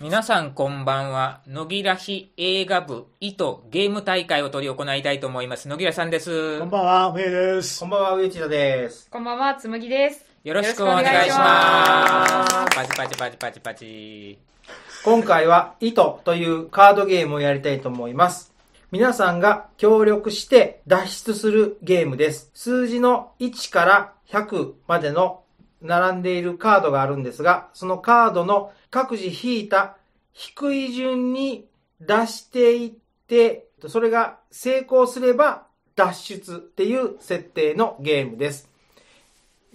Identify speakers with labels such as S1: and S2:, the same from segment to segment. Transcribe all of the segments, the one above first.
S1: 皆さんこんばんは。野木らし映画部、糸ゲーム大会を取り行いたいと思います。野木らさんです
S2: こん。ばんは、おめえです
S3: こ。んばんは、上地田です。
S4: こんばんは、つむぎです。
S1: よろしくお願いします。パチパチパチパチパチ。
S3: 今回は、糸というカードゲームをやりたいと思います。皆さんが協力して脱出するゲームです。数字の1から100までの並んでいるカードがあるんですが、そのカードの各自引いた低い順に出していって、それが成功すれば脱出っていう設定のゲームです。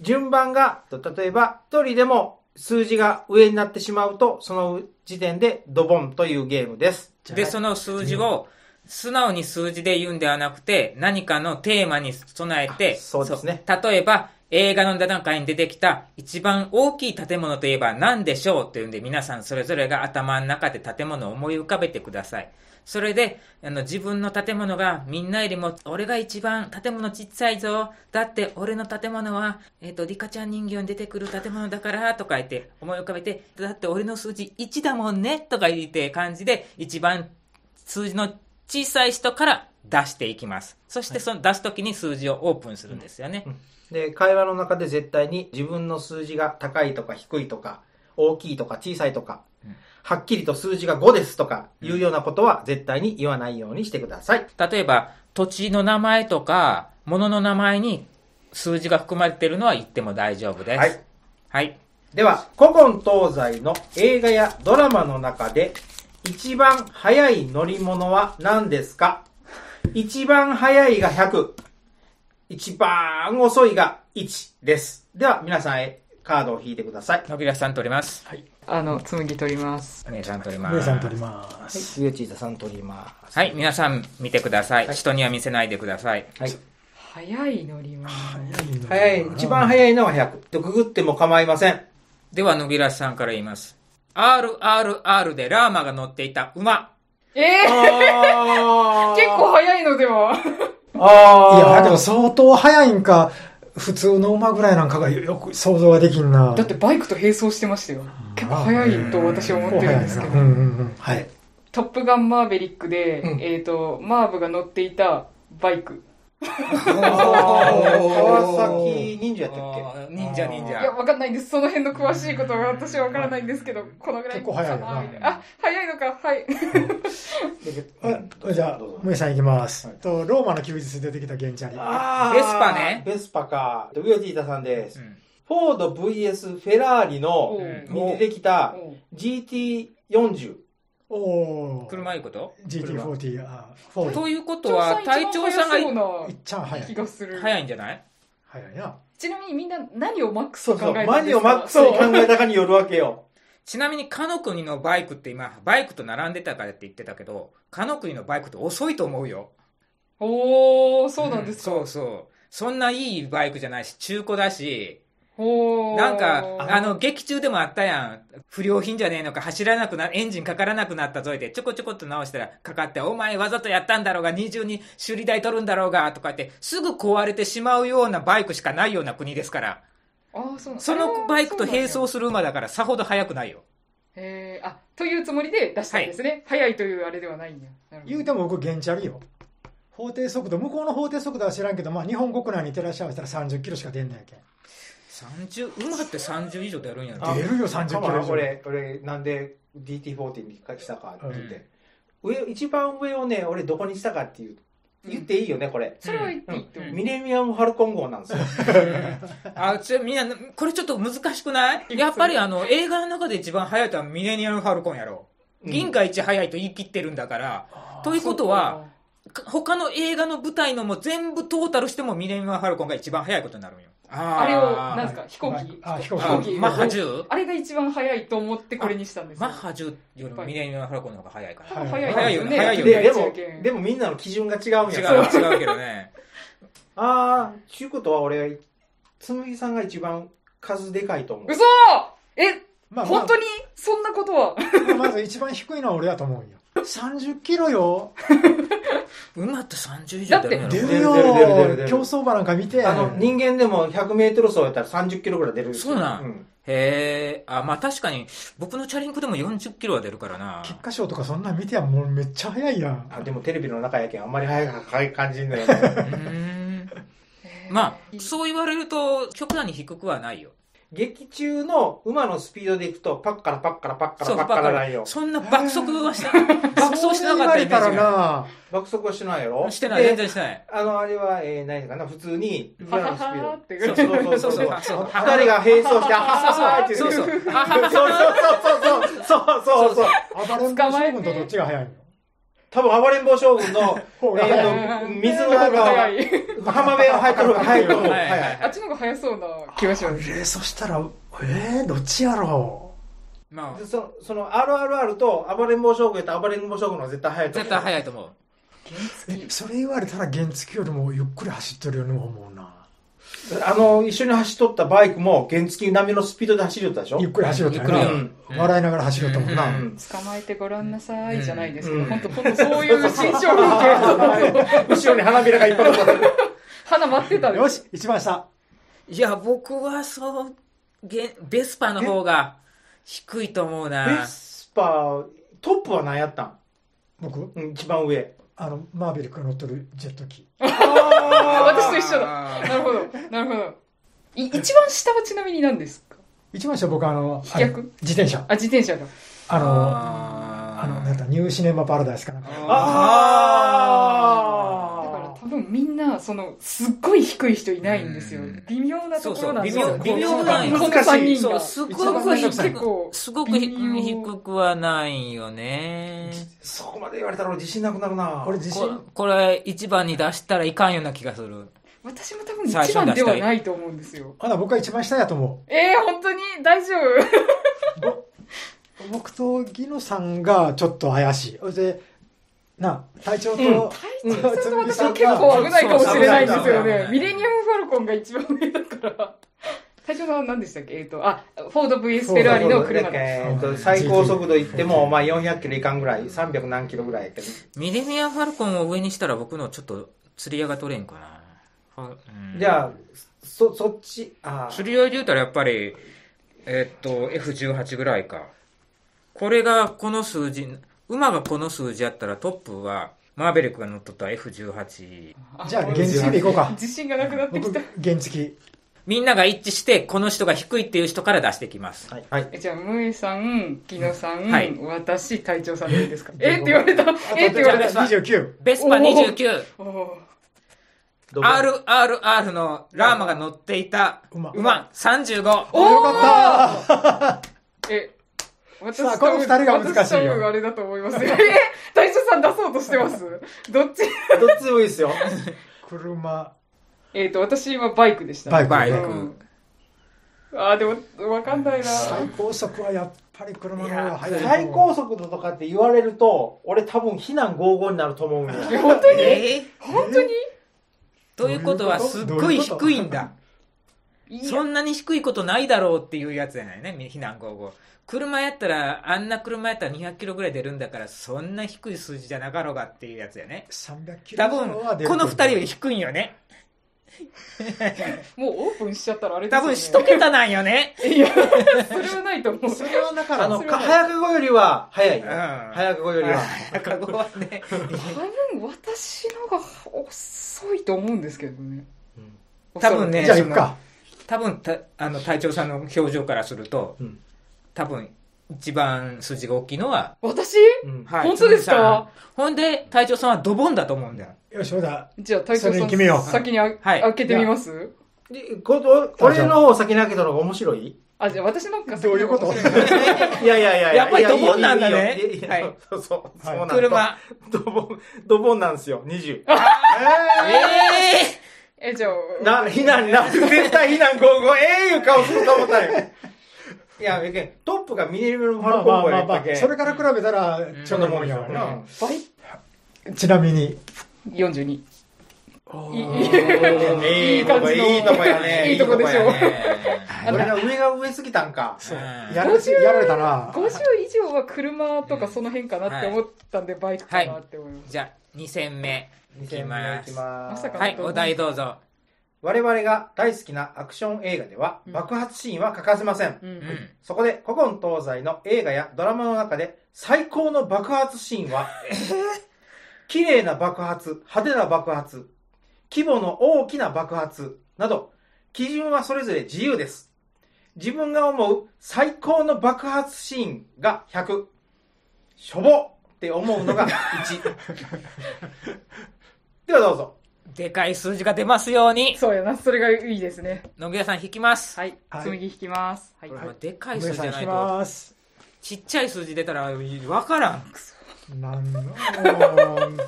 S3: 順番が、例えば、一人でも数字が上になってしまうと、その時点でドボンというゲームです。
S1: で、その数字を、素直に数字で言うんではなくて、何かのテーマに備えて、
S3: あそうですね
S1: そう例えば、映画の段階に出てきた一番大きい建物といえば何でしょうっていうんで、皆さんそれぞれが頭の中で建物を思い浮かべてください。それで、あの、自分の建物がみんなよりも、俺が一番建物ちっちゃいぞ。だって俺の建物は、えっ、と、リカちゃん人形に出てくる建物だから、とか言って思い浮かべて、だって俺の数字1だもんね、とか言って感じで、一番数字の小さい人から出していきます。そしてその出すときに数字をオープンするんですよね。
S3: で、会話の中で絶対に自分の数字が高いとか低いとか、大きいとか小さいとか、
S1: うん
S3: はっきりと数字が5ですとかいうようなことは絶対に言わないようにしてください。
S1: 例えば、土地の名前とか、物の名前に数字が含まれているのは言っても大丈夫です。
S3: はい。
S1: はい。
S3: では、古今東西の映画やドラマの中で、一番早い乗り物は何ですか一番早いが100。一番遅いが1です。では、皆さんへカードを引いてください。
S1: のびらさん取ります。
S4: あの、つむぎ取ります。
S1: お姉さん取り
S2: お
S1: ます。
S2: めえさん取ります。
S3: 上地田さん取ります。
S1: はい、皆さん見てください。
S3: はい
S1: 人には見せないでください。
S3: はい。
S4: 早い乗り物。
S3: 早い、一番早いのは100。とくぐっても構いません。
S1: では、野木らさんから言います。RRR でラーマが乗っていた馬。
S4: ええ
S3: あ
S4: ー、 結構早いのでは
S3: あ
S2: い
S3: ー
S2: や、だけど相当早いんか、普通の馬ぐらいなんかがよく想像ができんな。
S4: だってバイクと並走してましたよ。結構早いと私は思ってるんですけど
S2: う。んうんうん。はい。
S4: トップガンマーベリックで、
S3: うん
S4: えっ、と、マーブが乗っていたバイク。
S3: 川崎忍者やったっけ
S1: あー忍者忍
S4: いや、
S1: 者。
S4: わかんないんです。その辺の詳しいことは私はわからないんですけど、このぐらい
S2: 結構早いよな
S4: みたなあ、早いのか、はい。
S2: あじゃあ
S3: どうぞ、
S2: むえさんいきます
S3: はい。
S2: と、ローマの休日で出てきたゲンチャリ。
S3: あー
S1: ベスパね
S3: ベスパか。ウヨティータさんです。
S1: うん
S3: フォード VS フェラーリの
S4: おう
S3: に出てきた
S4: おう
S3: GT40。
S2: おー。
S1: 車いうこと
S2: GT40、あ、4。
S1: ということは、隊長さんが
S4: 一番早そう
S2: いっ
S4: な
S2: ちゃん早
S4: 気
S2: い。
S4: がする。
S1: 早いんじゃない
S2: 早いな。
S4: ちなみにみんな何をマックス
S3: そ
S4: と
S3: うそう。
S4: 考えたんですか
S3: マニをマックスに考えたかによるわけよ。
S1: ちなみに、かの国のバイクって今、バイクと並んでたからって言ってたけど、かの国のバイクって遅いと思うよ。
S4: おー、そうなんですか。
S1: そうそう。そんないいバイクじゃないし、中古だし、
S4: おー
S1: なんか、あの、劇中でもあったやん。不良品じゃねえのか、走らなくな、エンジンかからなくなったぞいで、ちょこちょこっと直したら、かかって、お前わざとやったんだろうが、二重に修理代取るんだろうが、とか言って、すぐ壊れてしまうようなバイクしかないような国ですから、
S4: あーそうなん
S1: そのバイクと並
S4: そう
S1: 走
S4: なんや
S1: する馬だから、さほど速くないよ。
S4: へーあ、というつもりで出したんですね。早いというあれではないんや。なるほど
S2: 言うても僕、ゲンチャリよ。法定速度、向こうの法定速度は知らんけど、まあ、日本国内にいてらっしゃる人は30キロしか出んねんけん。
S1: 30、馬って30以上でやるんやろ
S3: あ。
S2: 出るよ、30キロ以上。
S3: これ、これ、なんで DT40 にしたかって言っ
S1: うん
S3: て。上、一番上をね、俺どこにしたかっていう。言っていいよね、これ。
S4: それは言っていいと思う。
S3: ミレニアム・ファルコン号なんですよ。
S1: あ、ちょ、みんな、これちょっと難しくないやっぱりあの、映画の中で一番速いとはミレニアム・ファルコンやろ。銀河一速いと言い切ってるんだから。ということは、か他の映画の舞台のも全部トータルしてもミレニアム・ファルコンが一番速いことになるんよ。
S4: あ
S1: あ
S4: ー、あれを、
S1: ー
S4: なんですか、飛行機。
S2: あ飛行機
S1: あ
S4: 飛行機。
S1: マッハ 10?
S4: あれが一番早いと思ってこれにしたんです
S1: マ
S4: よ。
S1: ッハ10よりもミレニアム・ファルコンの方が速いか
S4: 多分
S2: はい
S4: 早いですよね。
S1: 早いよね。
S3: で、で
S4: 第
S3: も
S4: 一件、
S3: でもみんなの基準が違うんやから
S1: 違う、違うけどね。
S3: ああ、ちゅうことは俺、つむぎさんが一番数でかいと思う。
S4: 嘘え、
S2: まあ、
S4: 本当にそんなことは。
S2: まあまず一番低いのは俺だと思うよ。30キロよ。
S1: 馬って30以上出るんや
S2: 出
S1: ろ
S2: るよ
S3: 出る出る出る出る。
S2: 競走馬なんか見て。
S3: あの、人間でも100メートル走やったら30キロぐらい出る。
S1: そうなん
S3: ん
S1: へえ、あ、まあ確かに、僕のチャリンコでも40キロは出るからな。
S2: 菊花賞とかそんなん見てやんもうめっちゃ早いやん
S3: あでもテレビの中やけんあんまり早く早い感じんだよ
S1: う
S3: ね
S1: ーん。まあ、そう言われると、極端に低くはないよ。
S3: 劇中の馬のスピードでいくとパッカラパッカラパッカ
S1: そう、
S3: ラ
S1: バ
S3: パッカ
S1: カ
S3: ラ
S1: だ
S3: なんよ
S1: そんな爆速はしてない。爆走してなかったイメージが
S2: そう言われたら
S3: 爆速はしない
S1: あ
S3: やろ
S1: るしてない、
S3: で
S1: 全然してない。
S3: あのあれは、えー、何かな普通に馬
S4: はは
S3: のスピ
S4: はー
S3: ー
S4: って
S1: そう
S3: そうそう
S1: そうそう。あそう
S3: ド二人が並走してあはははーって
S1: そうそう
S3: そう。
S1: あはは
S3: そうそうそうそうそうそうそう
S2: な暴れん坊将軍とどっちが早いの
S3: 多分暴れん坊将軍の、
S2: ほうが
S3: え
S2: 早い
S3: ー、と水の中
S4: 早
S3: を
S4: い。
S3: 浜辺を入った方が早いと思う、
S1: はいはいはい
S4: あっちの方が早そうな気がします。
S2: えーそしたらえー、どっちやろ
S1: ま
S3: でそのその RRR と暴れん坊将軍やったら暴れん坊将軍の方が絶対早
S1: あ、
S3: いと
S1: 絶
S3: 思う
S1: 対早いと思う。
S2: うえそれ言われたら原付よりもゆっくり走ってるようにも思うな
S3: あの、一緒に走っとったバイクも原付並みのスピードで走りよったでしょ
S2: ゆっくり走ろうと
S1: ゆっくり
S2: な、
S1: ようん
S2: 笑いながら走ろうと思うな、
S1: う
S3: うん
S4: 捕まえてごらんなさいじゃないですけ
S3: う
S4: ど、
S3: ん
S4: 本当今度そういう新商品系
S3: 後ろに花びらがいっぱい残ってる。
S4: 花待ってたで
S2: よ
S4: す。
S2: し一番下
S1: いや、僕はそう、げベスパの方が低いと思う
S3: ベ
S1: な。
S3: スパ、トップは何やったん
S2: 僕
S3: うん一番上。
S2: あのマーベリックが乗ってるジェット機
S4: 私と
S3: 私
S4: 一緒だ。なるほど、なるほど。い一番下はちなみに何ですか
S2: 一番下僕あのあ
S4: 飛
S2: の
S4: 脚
S2: 自転車
S4: あ、自転車だ。
S2: あの
S1: あ
S2: あのなんかニューシネマパラダイスかなんか
S1: あ
S4: だから多分みんな、その、すっごい低い人いないんですよ
S1: うん。
S4: 微妙なところなんです
S1: そ
S4: よ。
S1: うそう微妙微妙なんよ
S4: この3人
S1: そ
S4: が。
S1: う、す
S2: 一番
S1: ご
S2: 面
S1: い
S2: 倒くさ
S1: 低
S2: い
S4: 結
S1: く、
S4: 構、
S1: すごくひ
S4: 微妙
S1: 低くはないよね。
S3: そこまで言われたら俺自信なくなるな。
S2: 俺自
S1: こ
S2: 信
S1: これ、一番に出したらいかんような気がする。
S4: 私も多分一番ではないと思うんですよ。
S2: あだ僕は一番下やと思
S4: えー、本当に大丈夫
S2: う僕とギノさんがちょっと怪しいそれでな隊長と、
S3: うん
S2: 隊
S4: そうすると私は結構危ないかもしれないんですよね。ミレニアム・ファルコンが一番上だから。 最初の何でしたっけえっ、と、あ、フォード VS フェラーリの車だ。
S3: えーと最高速度行っても、まあ400キロいかんぐらい、300何キロぐらいやけど。
S1: ミレニアファルコンを上にしたら僕のちょっと釣り上が取れんかな。はうん
S3: じゃあ、そ、そっち、あー
S1: 釣り合いで言うたらやっぱり、えーっと、F18 ぐらいか。これがこの数字、馬がこの数字やったらトップは、マーベリックが乗っとった F18。
S2: じゃあ原付で行こうか
S4: 自信がなくなってき
S2: 僕
S4: た。
S2: 原付
S1: みんなが一致して、この人が低いっていう人から出してきます。
S3: はい。はい。
S4: えじゃあ、ムエさん、木野さん、
S1: はい
S4: 私、隊長さんでいいですかえーって言われた。えーって言われた。
S2: 29
S1: ベスパ29、
S4: おー
S1: RRR のラーマが乗っていた
S2: 馬
S1: 馬35。
S4: おー
S2: よかった
S4: え、私
S2: さあこの二人が難しいよ
S4: 私とがあれだと思います。え ー、大将さん出そうとしてますどっち
S3: どっちでもいいですよ。
S2: 車
S4: えっ、と、私はバイクでした、
S2: バイク
S1: バイ
S4: うん
S1: ク。
S4: ああ、でも、わかんないな。
S2: 最高速はやっぱり車の方が速いと思う
S3: 最高速度とかって言われると、俺多分避難55になると思うんよ。
S4: え本当に
S1: えー
S4: 本当に
S1: ということは、すっごい低いんだ。
S4: い
S1: そ
S4: や
S1: んなに低いことないだろうっていうやつじゃないね、避難後後。車やったら、あんな車やったら200キロぐらい出るんだから、そんな低い数字じゃなかろうがっていうやつやね。
S2: 300キロ
S1: 多
S2: 以上
S1: 分、
S2: は出る
S1: この2人より低いんよね。
S4: もうオープンしちゃったらあれで
S1: 多
S4: すよ、
S1: 分
S4: ね。
S1: 1桁なんよね。
S4: いや、それはないと思う。
S2: それはだか
S3: あ
S2: ら
S3: の、
S4: それ
S3: か
S4: は
S3: 早く語よりは早いよ。
S1: うん
S3: 早く語よりは。
S1: あカゴはね。
S4: 多分、私のが遅いと思うんですけどね。
S3: うん
S1: 多分ね
S2: じゃあ行くか
S1: 多分た、あの、隊長さんの表情からすると、
S3: うん
S1: 多分、一番数字が大きいのは、
S4: 私
S3: うん
S1: はい
S4: 本当ですか
S1: つむさんほんで、隊長さんはドボンだと思うんだよ。
S2: よしほら
S4: じゃあ、隊
S2: そ
S4: 長
S2: れ
S4: さ、
S2: に決めようん
S4: 先にあ、
S1: はい
S4: 開けてみます
S3: でこ俺の方を先に開けたのが面白い
S4: あ、じゃあ、私のが先
S2: どういうこと
S4: 面白い
S3: いやいやいやい
S1: やっぱりドボンなんだね
S3: いやいやいや
S1: はい
S3: そうそう。
S2: はい
S3: そうなんだ
S1: 車。
S3: ドボン、ドボンなんですよ、20。
S1: ええ
S4: え、じゃあ、
S3: な、避難な、絶対避難55、ええいう顔すると思ったよ。 いや、いけんトップがミニムルファ
S2: ま
S3: ル
S2: あ
S3: コ
S2: ま
S3: ン
S2: あ
S3: ボ
S2: ま
S3: や
S2: あ
S3: っ
S2: ま
S3: たけ
S2: あ
S3: ん。
S2: それから比べたらちょ
S3: そ
S2: うんど
S3: な
S2: も
S3: いもん
S2: ん
S3: や
S2: やわ
S3: からな
S2: な。
S4: バイ
S2: ちなみに
S4: 42。
S3: いいとこ、
S4: いいいい感じの
S3: いいとこやね。
S4: いいとこでしょう
S3: いいやね
S1: ー。
S3: 俺が上が上すぎたんか。
S1: うん
S2: やられ
S4: 50
S2: やられたな
S4: 50以上は車とかその辺かなって思ったんで、バイクかなって思います。
S1: じゃあ、2戦目。
S3: 2戦目いきます。
S4: まさか
S1: はい、お題どうぞ。
S3: 我々が大好きなアクション映画では
S4: うん
S3: 爆発シーンは欠かせません。
S4: うん
S1: うん。
S3: そこで古今東西の映画やドラマの中で最高の爆発シーンは、綺麗な爆発、派手な爆発、規模の大きな爆発など、基準はそれぞれ自由です。自分が思う最高の爆発シーンが100。しょぼって思うのが1。ではどうぞ。
S1: でかい数字が出ますように、
S4: そうやな、それがいいですね。
S1: 野木屋さん引きます。
S4: はい
S2: はい。
S4: 紬引きます。はい。
S1: これ
S4: は
S1: でか
S2: 上
S1: い数字
S2: さ
S1: じ
S2: ん
S1: ゃない
S2: 引き
S1: と、
S2: ます。
S1: ちっちゃい数字出たらわからん。
S2: なんの、本当に。
S4: いも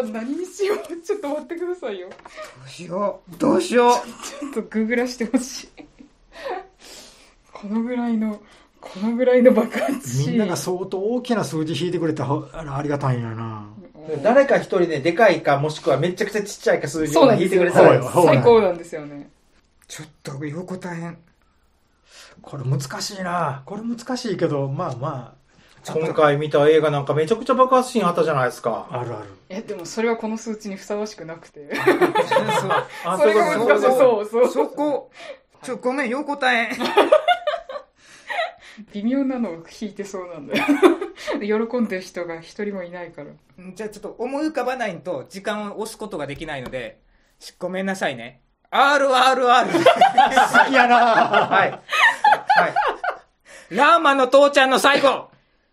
S4: う何にしよう。ちょっと待ってくださいよ。
S2: どうしよう。どうしよ
S4: ちょっとググらしてほしい。このぐらいの、このぐらいの爆発
S2: う。
S4: シー ン。
S2: みんなが相当大きな数字引いてくれたほあらありがたいんやな。
S3: 誰か一人ででかいかもしくはめちゃくちゃちっちゃいか数字
S4: そう
S3: を
S4: なん
S3: 引
S4: で
S3: い
S4: す
S3: てくれ
S4: よ。
S3: たら
S2: そうよそうよ
S4: 最高なんですよね。
S1: ちょっとよく大変。
S2: これ難しいな。これ難しいけど、まあま
S3: 今回見た映画なんかめちゃくちゃ爆発シーンあったじゃないです
S2: あ、
S3: か。
S2: あるある。
S4: え、でもそれはこの数値にふさわしくなくて。
S3: あ
S4: それが
S3: そういうこと
S4: 難しい。そうそう。
S1: こ、ちょ、ごめん、ようこ大変。
S4: 微妙なのを引いてそうなんだよ。 喜んでる人が一人もいないから。
S1: じゃあちょっと思い浮かばないと時間を押すことができないので、しごめんなさいね。RRR。
S2: 好きやな。
S3: はい。はい。
S1: ラーマの父ちゃんの最後。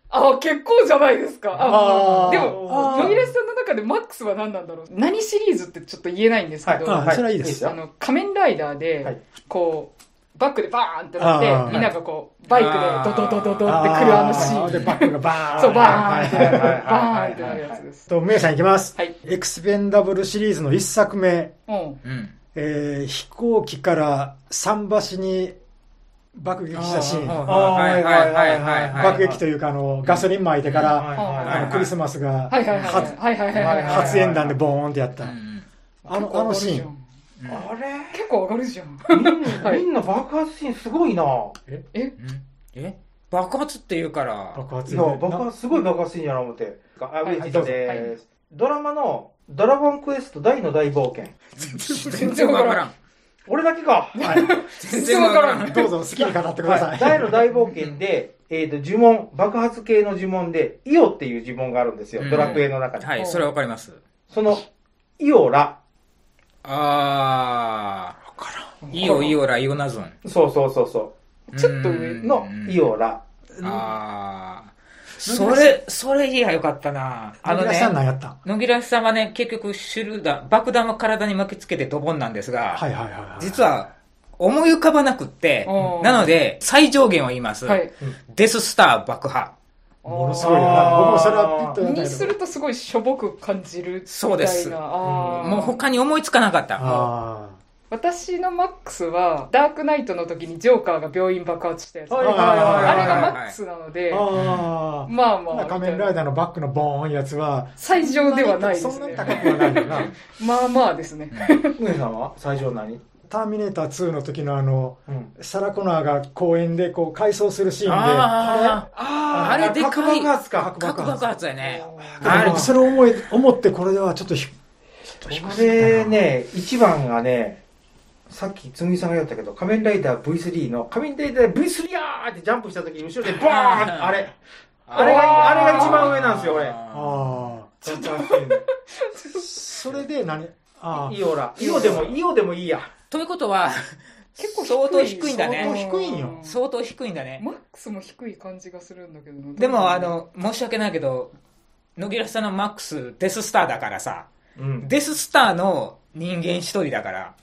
S4: あ、結構じゃないですか。あ
S2: あー
S4: でも、
S2: あー
S4: 野木らさんの中でマックスは何なんだろう。何シリーズってちょっと言えないんですけど、
S2: はいあそれはいいです
S4: あの、仮面ライダーで、
S3: はい
S4: こう、バックでバーンってなって
S2: あー、
S4: みんながこう、バイクで
S1: あー
S4: ドドドドドって来るあのシ
S2: あで、
S4: ーン。
S2: バックがバーン。
S4: そう、バーンって、
S3: はいはいはいはい
S4: バーンってなるやつです。
S2: と、メイさんいきます。
S4: はい。
S2: エクスペンダブルシリーズの一作目、
S4: うん。
S1: うん。
S2: えー飛行機から桟橋に爆撃したシーン。
S1: はいはいはいはいはい。
S2: 爆撃というか、あの、ガソリン撒いてから、
S1: はい
S2: あのクリスマスが
S4: はいはいはい。
S2: 初
S4: はいはいはいはい。
S3: は
S2: 発煙弾でボーンってやった。
S1: うん
S2: あの、あのシーン。
S4: ン。
S3: あれ
S4: 結構上がるじゃん。はい
S3: みんな爆発シーンすごいな。
S1: うんえ爆発って言うから。
S2: 爆発
S3: いや、爆発、すごい爆発シーンやな思って。あ、ウ
S4: はい
S3: ィ
S4: はい
S3: ット
S4: ど
S3: でーす。ドラマのドラゴンクエスト大の大冒険。
S1: 全然わからん。
S3: 俺だけか。
S2: は
S1: 全然わからん。
S2: い。どうぞ好きに語ってくださ。
S3: はいい大の大冒険で、えっと、呪文、爆発系の呪文で、イオっていう呪文があるんですよ
S1: う。ん
S3: ドラクエの中に。
S1: はい、それはわかります。
S3: その、イオラ。
S1: あー。いいよいいよら、イオナゾン。
S3: そうそうそうそ
S4: ちょっと上
S3: う。の、イオラ。
S1: ああ。それ、それ言えばよかったな。あ
S2: あ
S1: の
S2: の
S1: ね
S2: ね。、さん何やった
S1: 野木らしさんはね、結局、手榴弾、爆弾を体に巻きつけてドボンなんですが、
S2: はいはいはいはい。
S1: 実は、思い浮かばなくって
S4: お、ー
S1: なので、最上限を言います。
S4: はい。
S1: デススター爆破。
S2: ものすごいよな
S3: あー
S2: 僕もそれはピッとやった
S4: にす
S2: けど
S4: るとすごいしょぼく感じるみたいな。
S1: そうです
S4: あー
S1: もう他に思いつかなかった。
S2: あ
S4: 私のマックスは、ダークナイトの時にジョーカーが病院爆発したやつ。
S3: はい
S2: はいはいはい
S4: あれがマックスなので
S2: ー、あー。
S4: まあまあ。
S2: 仮面ライダーのバックのボーンやつは、
S4: 最上ではないで
S2: そ
S4: す
S2: んなに
S4: ね。
S2: 高くはないよな。
S4: まあまあですね。
S3: 上さんは最初何
S2: ターミネーター2の時のあの、
S3: うん。
S2: サラコナーが公園でこう改装するシーンで、
S1: ああ、あれでかい。
S3: 爆発か。
S1: 核爆発やね。
S2: でもそれを思い思ってこれではちょっとひ
S3: これね、一番がね、さっきつむぎさんが言ったけど、仮面ライダー V3 の、仮面ライダー V3 やーってジャンプした時に後ろでボーンあれ。 あれが、あれが一番上なんですよ、俺。
S2: ああそれで何ああ
S3: イオラ。イオでも、イオでもいいや。
S1: ということは、
S4: 結構
S1: 相当低いんだ
S2: 相当
S1: ね。
S2: 低いんよ
S1: 相当低いんだね。
S4: マックスも低い感じがするんだけどな
S1: でも、あ、の、申し訳ないけど、野木らしさんのマックス、デススターだからさ、
S3: うん。
S1: デススターの人間一人だから、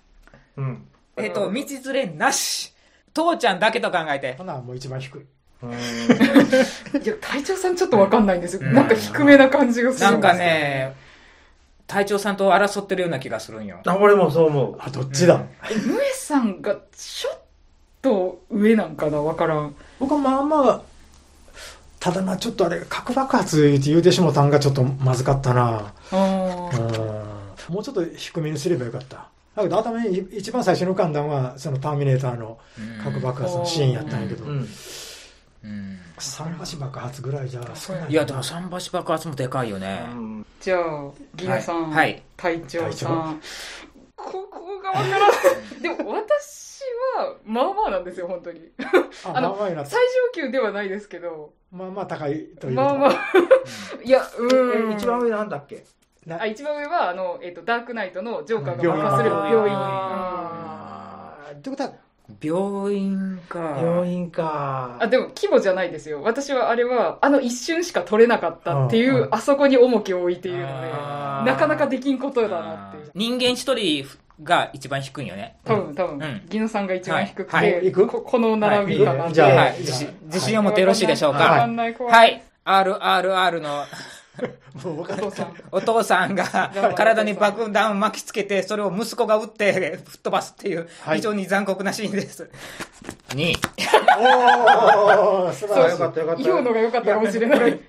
S3: うん。
S1: えっと、道連れなし父ちゃんだけと考えて
S2: ほ。なもう一番低い
S4: いや、隊長さんちょっとわかんないんですよ。
S1: うん
S4: なんか低めな感じがする。
S1: なんか、ね、隊長さんと争ってるような気がするんよ。
S3: あ、俺もそう思う。
S2: あどっちだ、
S4: ムエさんがちょっと上なんかなわからん。
S2: 僕はまあまあただなちょっとあれ核爆発言うて言うてしもたんがちょっとまずかったな
S4: あ
S2: う
S4: ー
S2: んもうちょっと低めにすればよかっただけど頭に一番最初に浮かんだのはそのターミネーターの核爆発のシーンやったんやけど、
S3: うん。
S1: うん
S2: 桟橋爆発ぐらいじゃ少ないない
S1: や、でも桟橋爆発もでかいよね。
S4: じゃあ、ギガさん、
S1: はいはい
S4: 隊長さ
S2: 隊
S4: ん、ここががわからない。 でも私は、まあまあなんですよ、本当に。
S2: あ
S4: あの
S2: まあまあなった
S4: 最上級ではないですけど。
S2: まあまあ高いという
S4: まあまあ。いや、うーん。
S3: え一番上なんだっけ
S4: あ、一番上は、あの、えっと、ダークナイトのジョーカーが
S2: 病
S4: 爆
S2: 院
S4: 破する
S2: あー
S4: 病院。
S3: あ
S2: ということは
S1: 病院
S3: ー
S1: か。
S3: 病院か
S4: あ、でも規模じゃないですよ。私はあれは、あの一瞬しか取れなかったっていう
S2: ん
S4: う、あそこに重きを置いているので、
S1: あ
S3: ー
S4: なかなかできんことだなっていう。
S1: 人間一人が一番低いよね。
S4: 多分、多分、
S1: うん
S4: ギノさんが一番低くて、
S1: はい
S2: はい行く
S4: ここの並びか
S2: は
S4: なっ
S2: い
S4: て。
S2: じゃあ
S1: はい。
S2: じゃあ
S1: 自自信を持ってよろしいでしょう
S4: わか
S1: か。
S4: んない、怖い。
S1: はい。RRR の
S2: もう分か
S4: お
S2: る
S4: 父さん。
S1: お父さんが
S4: 頑張れ
S1: 体に爆弾を巻きつけて、それを息子が撃って吹っ飛ばすっていう、
S2: はい
S1: 非常に残酷なシーンです。2位。
S2: おお素晴
S3: あ
S2: ら
S3: よ
S2: しい
S3: かったよかった
S4: 言うのが良かったかもしれない。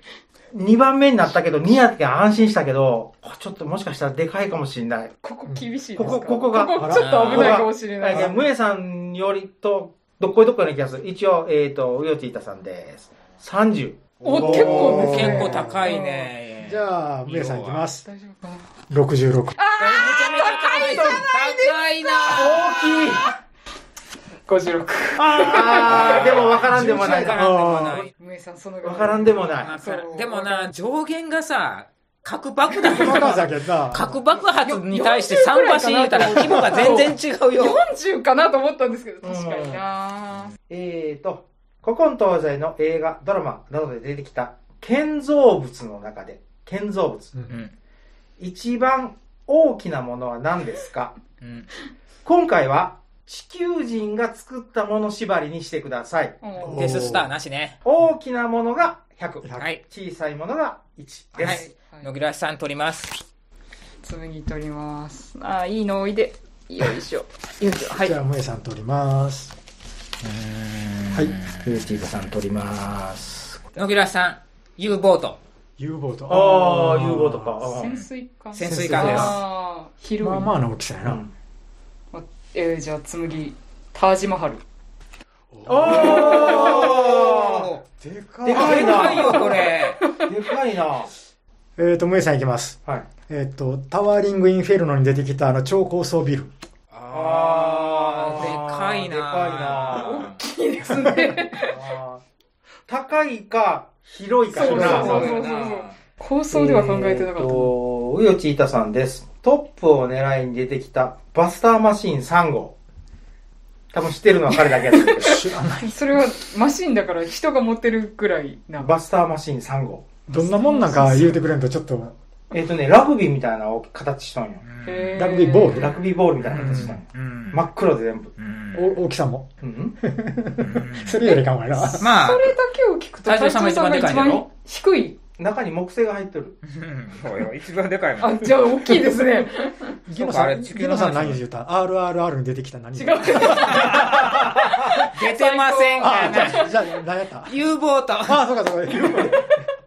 S3: 2番目になったけど2やって安心したけどこれちょっともしかしたらでかいかもしれない
S4: ここ厳しいですか
S3: ここここが
S4: こちょっと危ないかもしれな
S3: はいじゃあ
S4: い。
S3: むえさんよりとどっこいどっこいな気がする一応えっ、とウヨチータさんです30
S4: お、結構です
S1: 結
S4: ね。
S1: 構高いね。
S2: じゃあ、皆さんいきます。
S4: 大丈夫かな
S2: 66。
S1: めちゃめちゃ高い。高いな
S3: 大きい
S4: 56。
S3: ああでもわからんでもない
S1: わ
S3: わ
S1: からんでもない。
S4: むえさん、そのぐ
S3: からんでもな
S1: わ
S3: い
S1: からんでもな、上限がさ、核爆弾
S2: バカだけどな。
S1: 核爆発に対して桟橋入れたら規模が全然違うよ。
S4: 40かなと思ったんですけど、確かにな
S3: えーと古今東西の映画ドラマなどで出てきた建造物の中で建造物
S1: うん
S3: 一番大きなものは何ですか
S1: うん
S3: 今回は地球人が作ったもの縛りにしてください。
S4: うん
S1: デススターなしね。
S3: 大きなものが100。
S1: はい
S3: 小さいものが1で
S1: は
S3: す
S1: い。。野木さん取ります。
S4: 紬取ります。ああ、いいのおいで。よいしょ。よいしょ。はい
S2: じ。ゃあ、萌えさん取ります。はい。
S3: ユーチーズさん取ります。
S1: 野木さん、U ボート。
S2: U ボート。
S3: ああ、U ボートか。。あ
S4: 潜水艦。
S1: 潜水艦です
S4: ああ、広い。
S2: まあまあの大きさや
S3: ー
S2: な。
S3: うん
S4: えー、じゃあ、紬、タージマハル。
S3: お
S2: で
S3: ー
S2: か
S3: でか
S1: で
S3: い
S1: かいよ、こ
S3: な。
S1: れ。
S3: でかいな。は
S2: えっと、萌えさんいきます。
S3: い。
S2: えっと、タワーリングインフェルノに出てきたあの超高層ビル。
S1: あー、でかいな。
S3: でか
S4: いいですね。
S3: あー 高いか、広いか
S4: そう
S3: な。
S4: そうそう構想では考えてなかったな。
S3: えーとウヨチータさんです。トップを狙いに出てきたバスターマシーン3号。多分知ってるのは彼だけ です
S2: 知
S3: け
S2: らない。
S4: それはマシンだから人が持ってるぐらいな
S3: ど。。バスターマシーン3号。
S2: どんなもんなんか言うてくれんと、ちょっと、
S3: えっ、とね、ラグビーみたいな形しとんよ。
S4: へ
S2: ラグビーボール
S3: ラグビーボールみたいな形しとんよ。
S1: うん
S3: 真っ黒で全部。
S2: お大きさ も。
S3: うん、
S1: うん
S2: それよりかもやな。
S1: まあ
S4: そ、れだけを聞くと、
S1: 太
S4: 隊
S1: 蔵
S4: 長
S1: さ
S4: さ
S1: んが
S4: んが
S1: 一番で
S4: 一
S1: かいんだろ
S4: 番低い。
S3: 中に木製が入っとる。
S1: うんそうよ、一番でかいもん。
S4: あ、じゃあ大きいですね。
S2: ギノさ
S1: あ
S2: ん、
S1: れ地球
S2: ギ
S1: の
S2: ノさん
S1: 話
S2: 何言うた ?RRR に出てきた何
S4: 違
S2: 言
S4: う
S2: う。
S1: 出てませんか
S2: あじ
S1: ら
S2: ゃあ、じゃあ、何やったあ
S1: U ボート。
S2: あ、そうかそうか。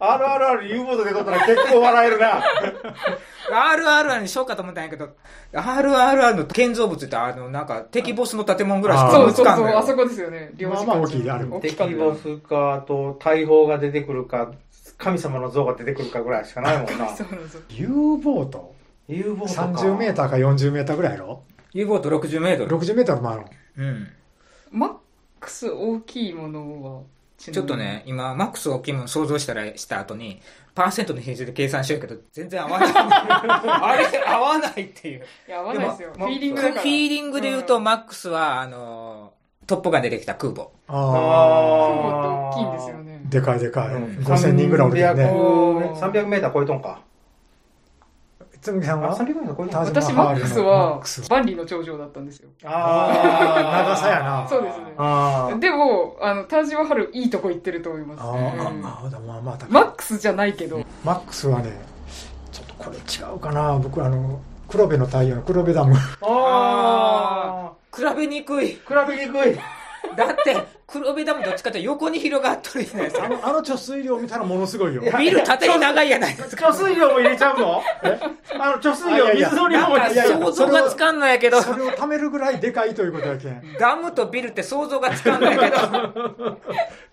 S3: RRR U ボートで撮ったら結構笑えるな。
S1: RRR にしようかと思ったんやけど、RRR の建造物って、あの、なんか、敵ボスの建物ぐらいし
S2: あー
S1: か
S4: そ
S1: 思
S4: う
S1: いつ
S4: そう
S1: かん
S4: そう、
S1: のよ
S4: あそこですよね。領事館
S2: まあまあ大きいあれも
S4: 大
S3: 敵
S4: きかった
S3: ボスか、あと大砲が出てくるか、神様の像が出てくるかぐらいしかないもん な。
S4: そうなんですよ
S2: U ボート
S3: U ボートか。
S2: 30メーターか40メーターぐらいやろ
S1: U ボート60メートル。
S2: 60メーターもあるの
S1: うん。
S4: マックス大きいものは、ちなみに
S1: ちょっと。ね、今、マックス大きいもの想像したら、した後に、パーセントの比重で計算しようけど、全然合わない。あれ、合わないっていう。
S4: いや、合わないですよ。
S3: で
S4: フ
S3: も
S4: ィーリン
S1: フ
S4: グだから。
S1: ィーリングで言うと、
S4: ん
S1: マックスは、あの、トップが出てきた空母。
S2: あ
S4: 空母って大きいんですよね
S2: あ。でかいでかい、
S3: うん
S2: 5000人ぐらいおるよね
S4: おー
S3: 300メーター超えとんか。
S2: つむぎさん
S3: あ、
S2: は
S3: 300メーター超えとん
S2: ター
S3: か。
S2: ジ
S4: 私、
S2: マ
S4: マ
S2: ハ
S4: ッ
S2: ル
S4: ク
S2: の
S4: ス
S2: マッ
S4: は
S2: クス、
S4: 万里の長城だったんですよ。
S3: あ
S2: 長さやな
S4: そうですね
S3: あー
S4: でも、あの、タージマハル、いいとこ行ってると思います。
S2: あ
S4: うん
S2: ーあーでもまあまあ高い
S4: マックスじゃないけど、
S2: マックスはねちょっとこれ違うかな僕あの黒部の太陽の黒部ダム
S3: あ
S1: 比べにくい。
S3: ー。比べにくい。
S1: だって、黒部ダムどっちかって横に広がっとるじゃないです
S2: あ
S1: か。
S2: のあの貯水量見たらものすごいよ
S1: ビル縦に長いやないですか
S3: 貯水量も入れちゃうのあの、貯水
S2: あ
S3: 量、
S2: いやいや
S3: 水の量も
S1: なん
S3: 入
S1: か
S3: れちゃう
S1: 想像がつかんのやけど、
S2: それを貯めるぐらいでかいということやけん
S1: ダムとビルって想像がつかんのやけど、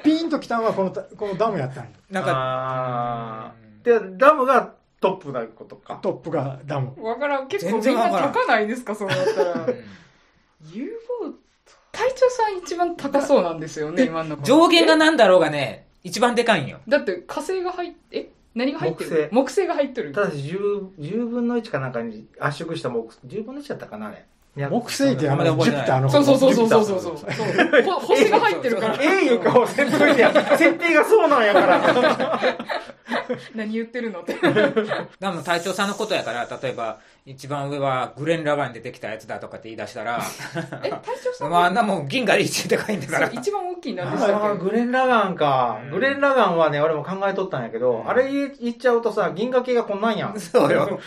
S2: ピンときたんはこのたこのダムやったんよ
S1: なんか、
S3: あーで、ダムがトップなことか。
S2: トップがダム。
S4: わからん。結構
S1: 全然
S4: みん
S1: わ
S4: な
S1: からん
S4: 高ないですか、そうなったら。U ボート。隊長さん一番高そうなんですよね、
S1: え
S4: 今のところ
S1: 上限がなんだろうがね、一番でかいんよ。
S4: だって火星が入っえ何が入ってる
S3: 木星
S4: 木星が入ってる。
S3: ただし10、10分の1かなんかに圧縮した木、10分の1だったかな、あれ。
S2: 木星ってあの
S1: あんまり覚え
S2: ジ
S1: て
S2: ュ
S1: ない
S2: ピターの
S4: そうそうそうそう
S3: そ
S4: うそうう
S3: そ
S4: そうう
S3: そう
S4: そう。ほ星が入ってる から。
S3: ええいう顔せんといてや。設定がそうなんやから。
S4: 何言ってる のって。
S1: でも隊長さんのことやから、例えば、一番上はグレン・ラバンに出てきたやつだとかって言い出したら、
S4: え、隊長さん
S1: まあ、あんなもん銀河で一位でかいんだか
S4: そう
S1: ら。
S4: 一番大きいなんでし
S3: あ
S4: た
S3: あ
S4: っけ
S3: グレン・ラガンか
S1: う。ん
S3: グレン・ラガンはね、俺も考えとったんやけど、あれ言っちゃうとさ、銀河系がこんなんやん。
S1: そうよ。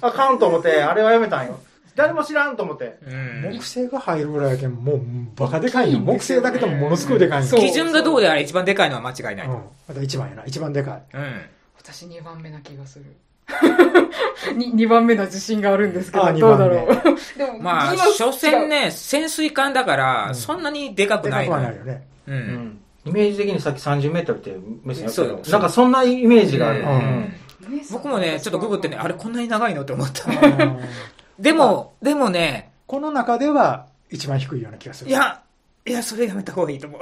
S3: あかんと思って、あれはやめたんよ。誰も知らんと思って。
S1: うん
S2: 木。星が入るぐらいやけん、もうバカでかいよ。木星だけでもものすごいでかいよ。
S4: そう
S1: 基準がどうであれ一番でかいのは間違いない。
S2: うん。また一番やな。一番でかい。
S1: うん。
S4: 私2番目な気がする。に2番目な自信があるんですけど、
S2: あ
S4: どうだろ
S2: 二
S4: う。でも、
S1: まあ、
S4: 今
S1: 所詮。ね、潜水艦だから、
S2: うん
S1: そんなにでかく
S2: で
S1: な
S2: か
S1: い
S2: く
S1: の
S2: はないよね。
S1: う。
S3: うんん。イメージ的にさっき30メートルってメッセージあった
S1: そう
S3: けど、なんかそんなイメージがある。
S1: う
S3: うんん。
S4: 違う
S1: 僕もね、ちょっとググってね、あれこんなに長いのって思った。
S2: うん
S1: でも、でもね、
S2: この中では一番低いような気がする。
S1: い、や、いや、それやめた方がいいと思う。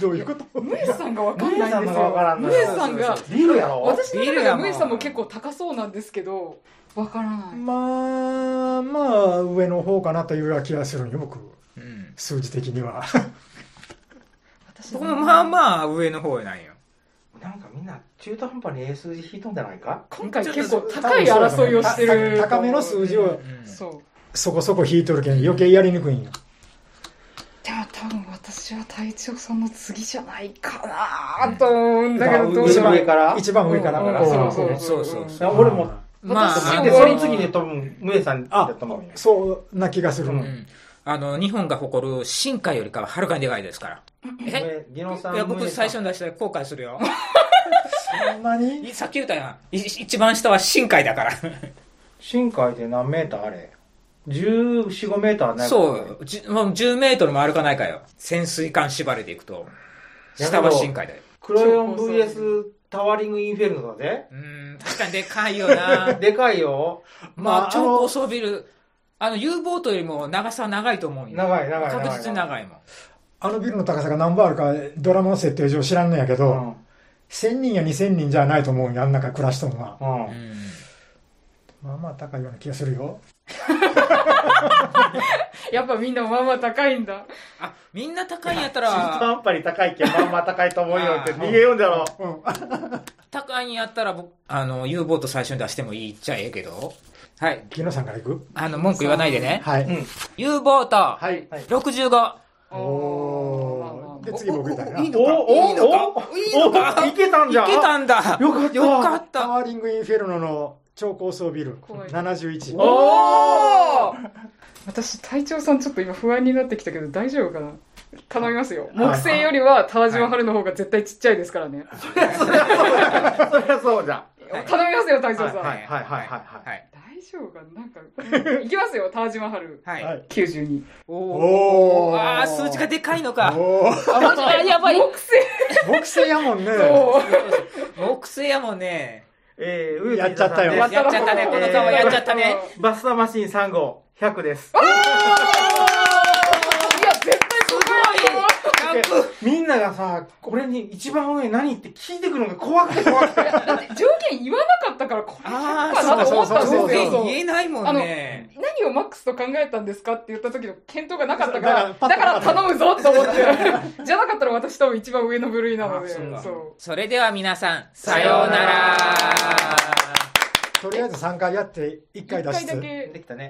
S2: どういうこと
S4: ムエさんがわかんないんです
S3: ムエさんがわから
S4: よ。
S3: んの
S4: ム
S3: よ
S4: エさんが、
S3: ビールやろ
S4: 私の
S1: ビール
S4: 中で
S1: や
S4: は
S1: もん
S4: ムエさんも結構高そうなんですけど、わからない。
S2: まあ、まあ、上の方かなというような気がするんよ、僕。
S1: うん。
S2: 数字的には。
S4: 私
S1: 僕もまあ
S4: あ。
S1: まあ上の方なんよ。
S3: なんかみんな中途半端に英数字引いとんじゃないか
S4: 今回結構高い争いをしてる。
S2: た高めの数字を
S1: うん
S4: そう。
S2: そこそこ引いとるけん、余計やりにくいんよ。
S4: でも多分私は隊長さんの次じゃないかなと思うんだけど、
S3: うん
S4: どうし
S2: 一
S4: よう
S2: 番
S3: 上から
S2: 一番上から。
S4: うん
S1: うん
S2: こう
S4: そうそう
S1: そうそう
S3: いや俺も、
S1: まあ
S4: 私
S3: 私
S4: は
S3: で
S4: もう
S3: その次で多分、ムエさんだ
S2: あ
S3: と思うんや、
S2: そうな気がする。
S3: う
S1: うんんあの、日本が誇る深海よりかははるかにでかいです から。え
S3: ムエ技能さん、
S1: いや、僕
S3: ムエさ
S1: 最
S3: ん
S1: 初に出したら後悔するよ。
S2: そんなに
S1: いさっき言ったやん。い一番下は深海だから。
S3: 深海って何メーターあれ ?14、5メーターはない
S1: そう。じゅもう10メートルも歩かないかよ。潜水艦縛りでいくと。
S3: や
S1: 下は深海だよ。
S3: クロヨン VS タワリングインフェルノだぜ。。
S1: うーん、確かにでかいよな
S3: でかいよ。
S1: ま
S2: ま
S1: あ、
S2: あ
S1: 超高層ビル。あの、U ボートよりも長さは長いと思うよ。
S3: 長い長い長い
S1: 確実に長いもん。
S2: あのビルの高さが何倍あるか、ドラマの設定上知らんのやけ
S3: う
S2: ど、
S3: ん。うん。
S2: 1000人や2000人じゃないと思うんよ、あん中暮らしとんは。
S1: うん
S2: まあまあ高いような気がするよ。
S4: やっぱみんなまあまあ高いんだ。
S1: あ、みんな高いんやった
S3: 中途
S1: ら、
S3: 半端に高いけん、まあまあ高いと思うよって
S1: あー
S3: 逃げようんだろ。
S2: うん。
S1: 高いんやったら、僕、あの、U ボート最初に出してもいいっちゃええけど。はい。
S2: 木野さんから行く
S1: あの、文句言わないでね。
S2: は
S3: う
S2: い。
S3: ん。
S1: U ボート、
S3: はい。はい。
S1: 65。
S2: おー。で、次僕行ったんや
S1: いい
S2: な。
S1: のかいいのか
S3: お
S1: いいのか
S3: おいけたんじゃん
S1: いけたんだ
S3: よかった
S1: よかっ
S2: タ
S1: た
S2: ワーリングインフェルノの超高層ビル
S4: 怖い
S2: 71。
S3: お
S4: おー私、隊長さんちょっと今不安になってきたけど大丈夫かな頼みますよ。木星よりはタワジマハルの方が絶対ちっちゃいですからね。
S3: そりゃそうじゃん。そりゃ そうじゃん。
S1: はい
S4: 頼みますよ、隊長さん。
S3: はいはいはいはい
S1: はい。
S4: 大丈夫かななんか、いきますよ、タワジマハル。
S1: はい。
S2: はい
S4: 92。
S1: お
S2: おー
S1: ああ、数字がでかいのか。
S2: おー
S1: あ、やばい。
S4: 木星
S2: 木星やもんね。
S4: と、
S1: 木星やもんね。
S3: えー、上
S2: やっちゃったよ
S1: やっちゃったね、この顔やっちゃったね。
S3: バスターマシン3号、100です。
S4: いや、絶対すごい
S1: キャンプ
S3: みんながさ、俺に一番上何って聞いてくるのが怖くて怖くて。
S4: だって条件言わなかったから、これ
S1: あ
S4: 100
S1: あ、
S4: かなと
S1: そ
S4: 思
S1: う
S4: っ
S1: そう
S4: たん
S1: そう。
S4: ですよ。そう
S1: 言えないもんね。
S4: 何をマックスと考えたんですかって言った時の検討がなかったか
S2: だ
S4: ら、
S2: から
S4: だから頼むぞと思って。じ ゃなかったら私多分一番上の部類なので。
S1: あそうだ
S4: そう。
S1: それでは皆さん、さ
S3: さ
S1: よ
S3: よ
S1: う
S3: う
S1: な
S3: な
S1: ら
S3: ら。
S2: とりあえず3回やって1回
S4: 一
S2: 脱
S4: 回だ
S2: 出。
S4: け
S3: できたね。